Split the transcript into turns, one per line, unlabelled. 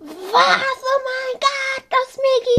wow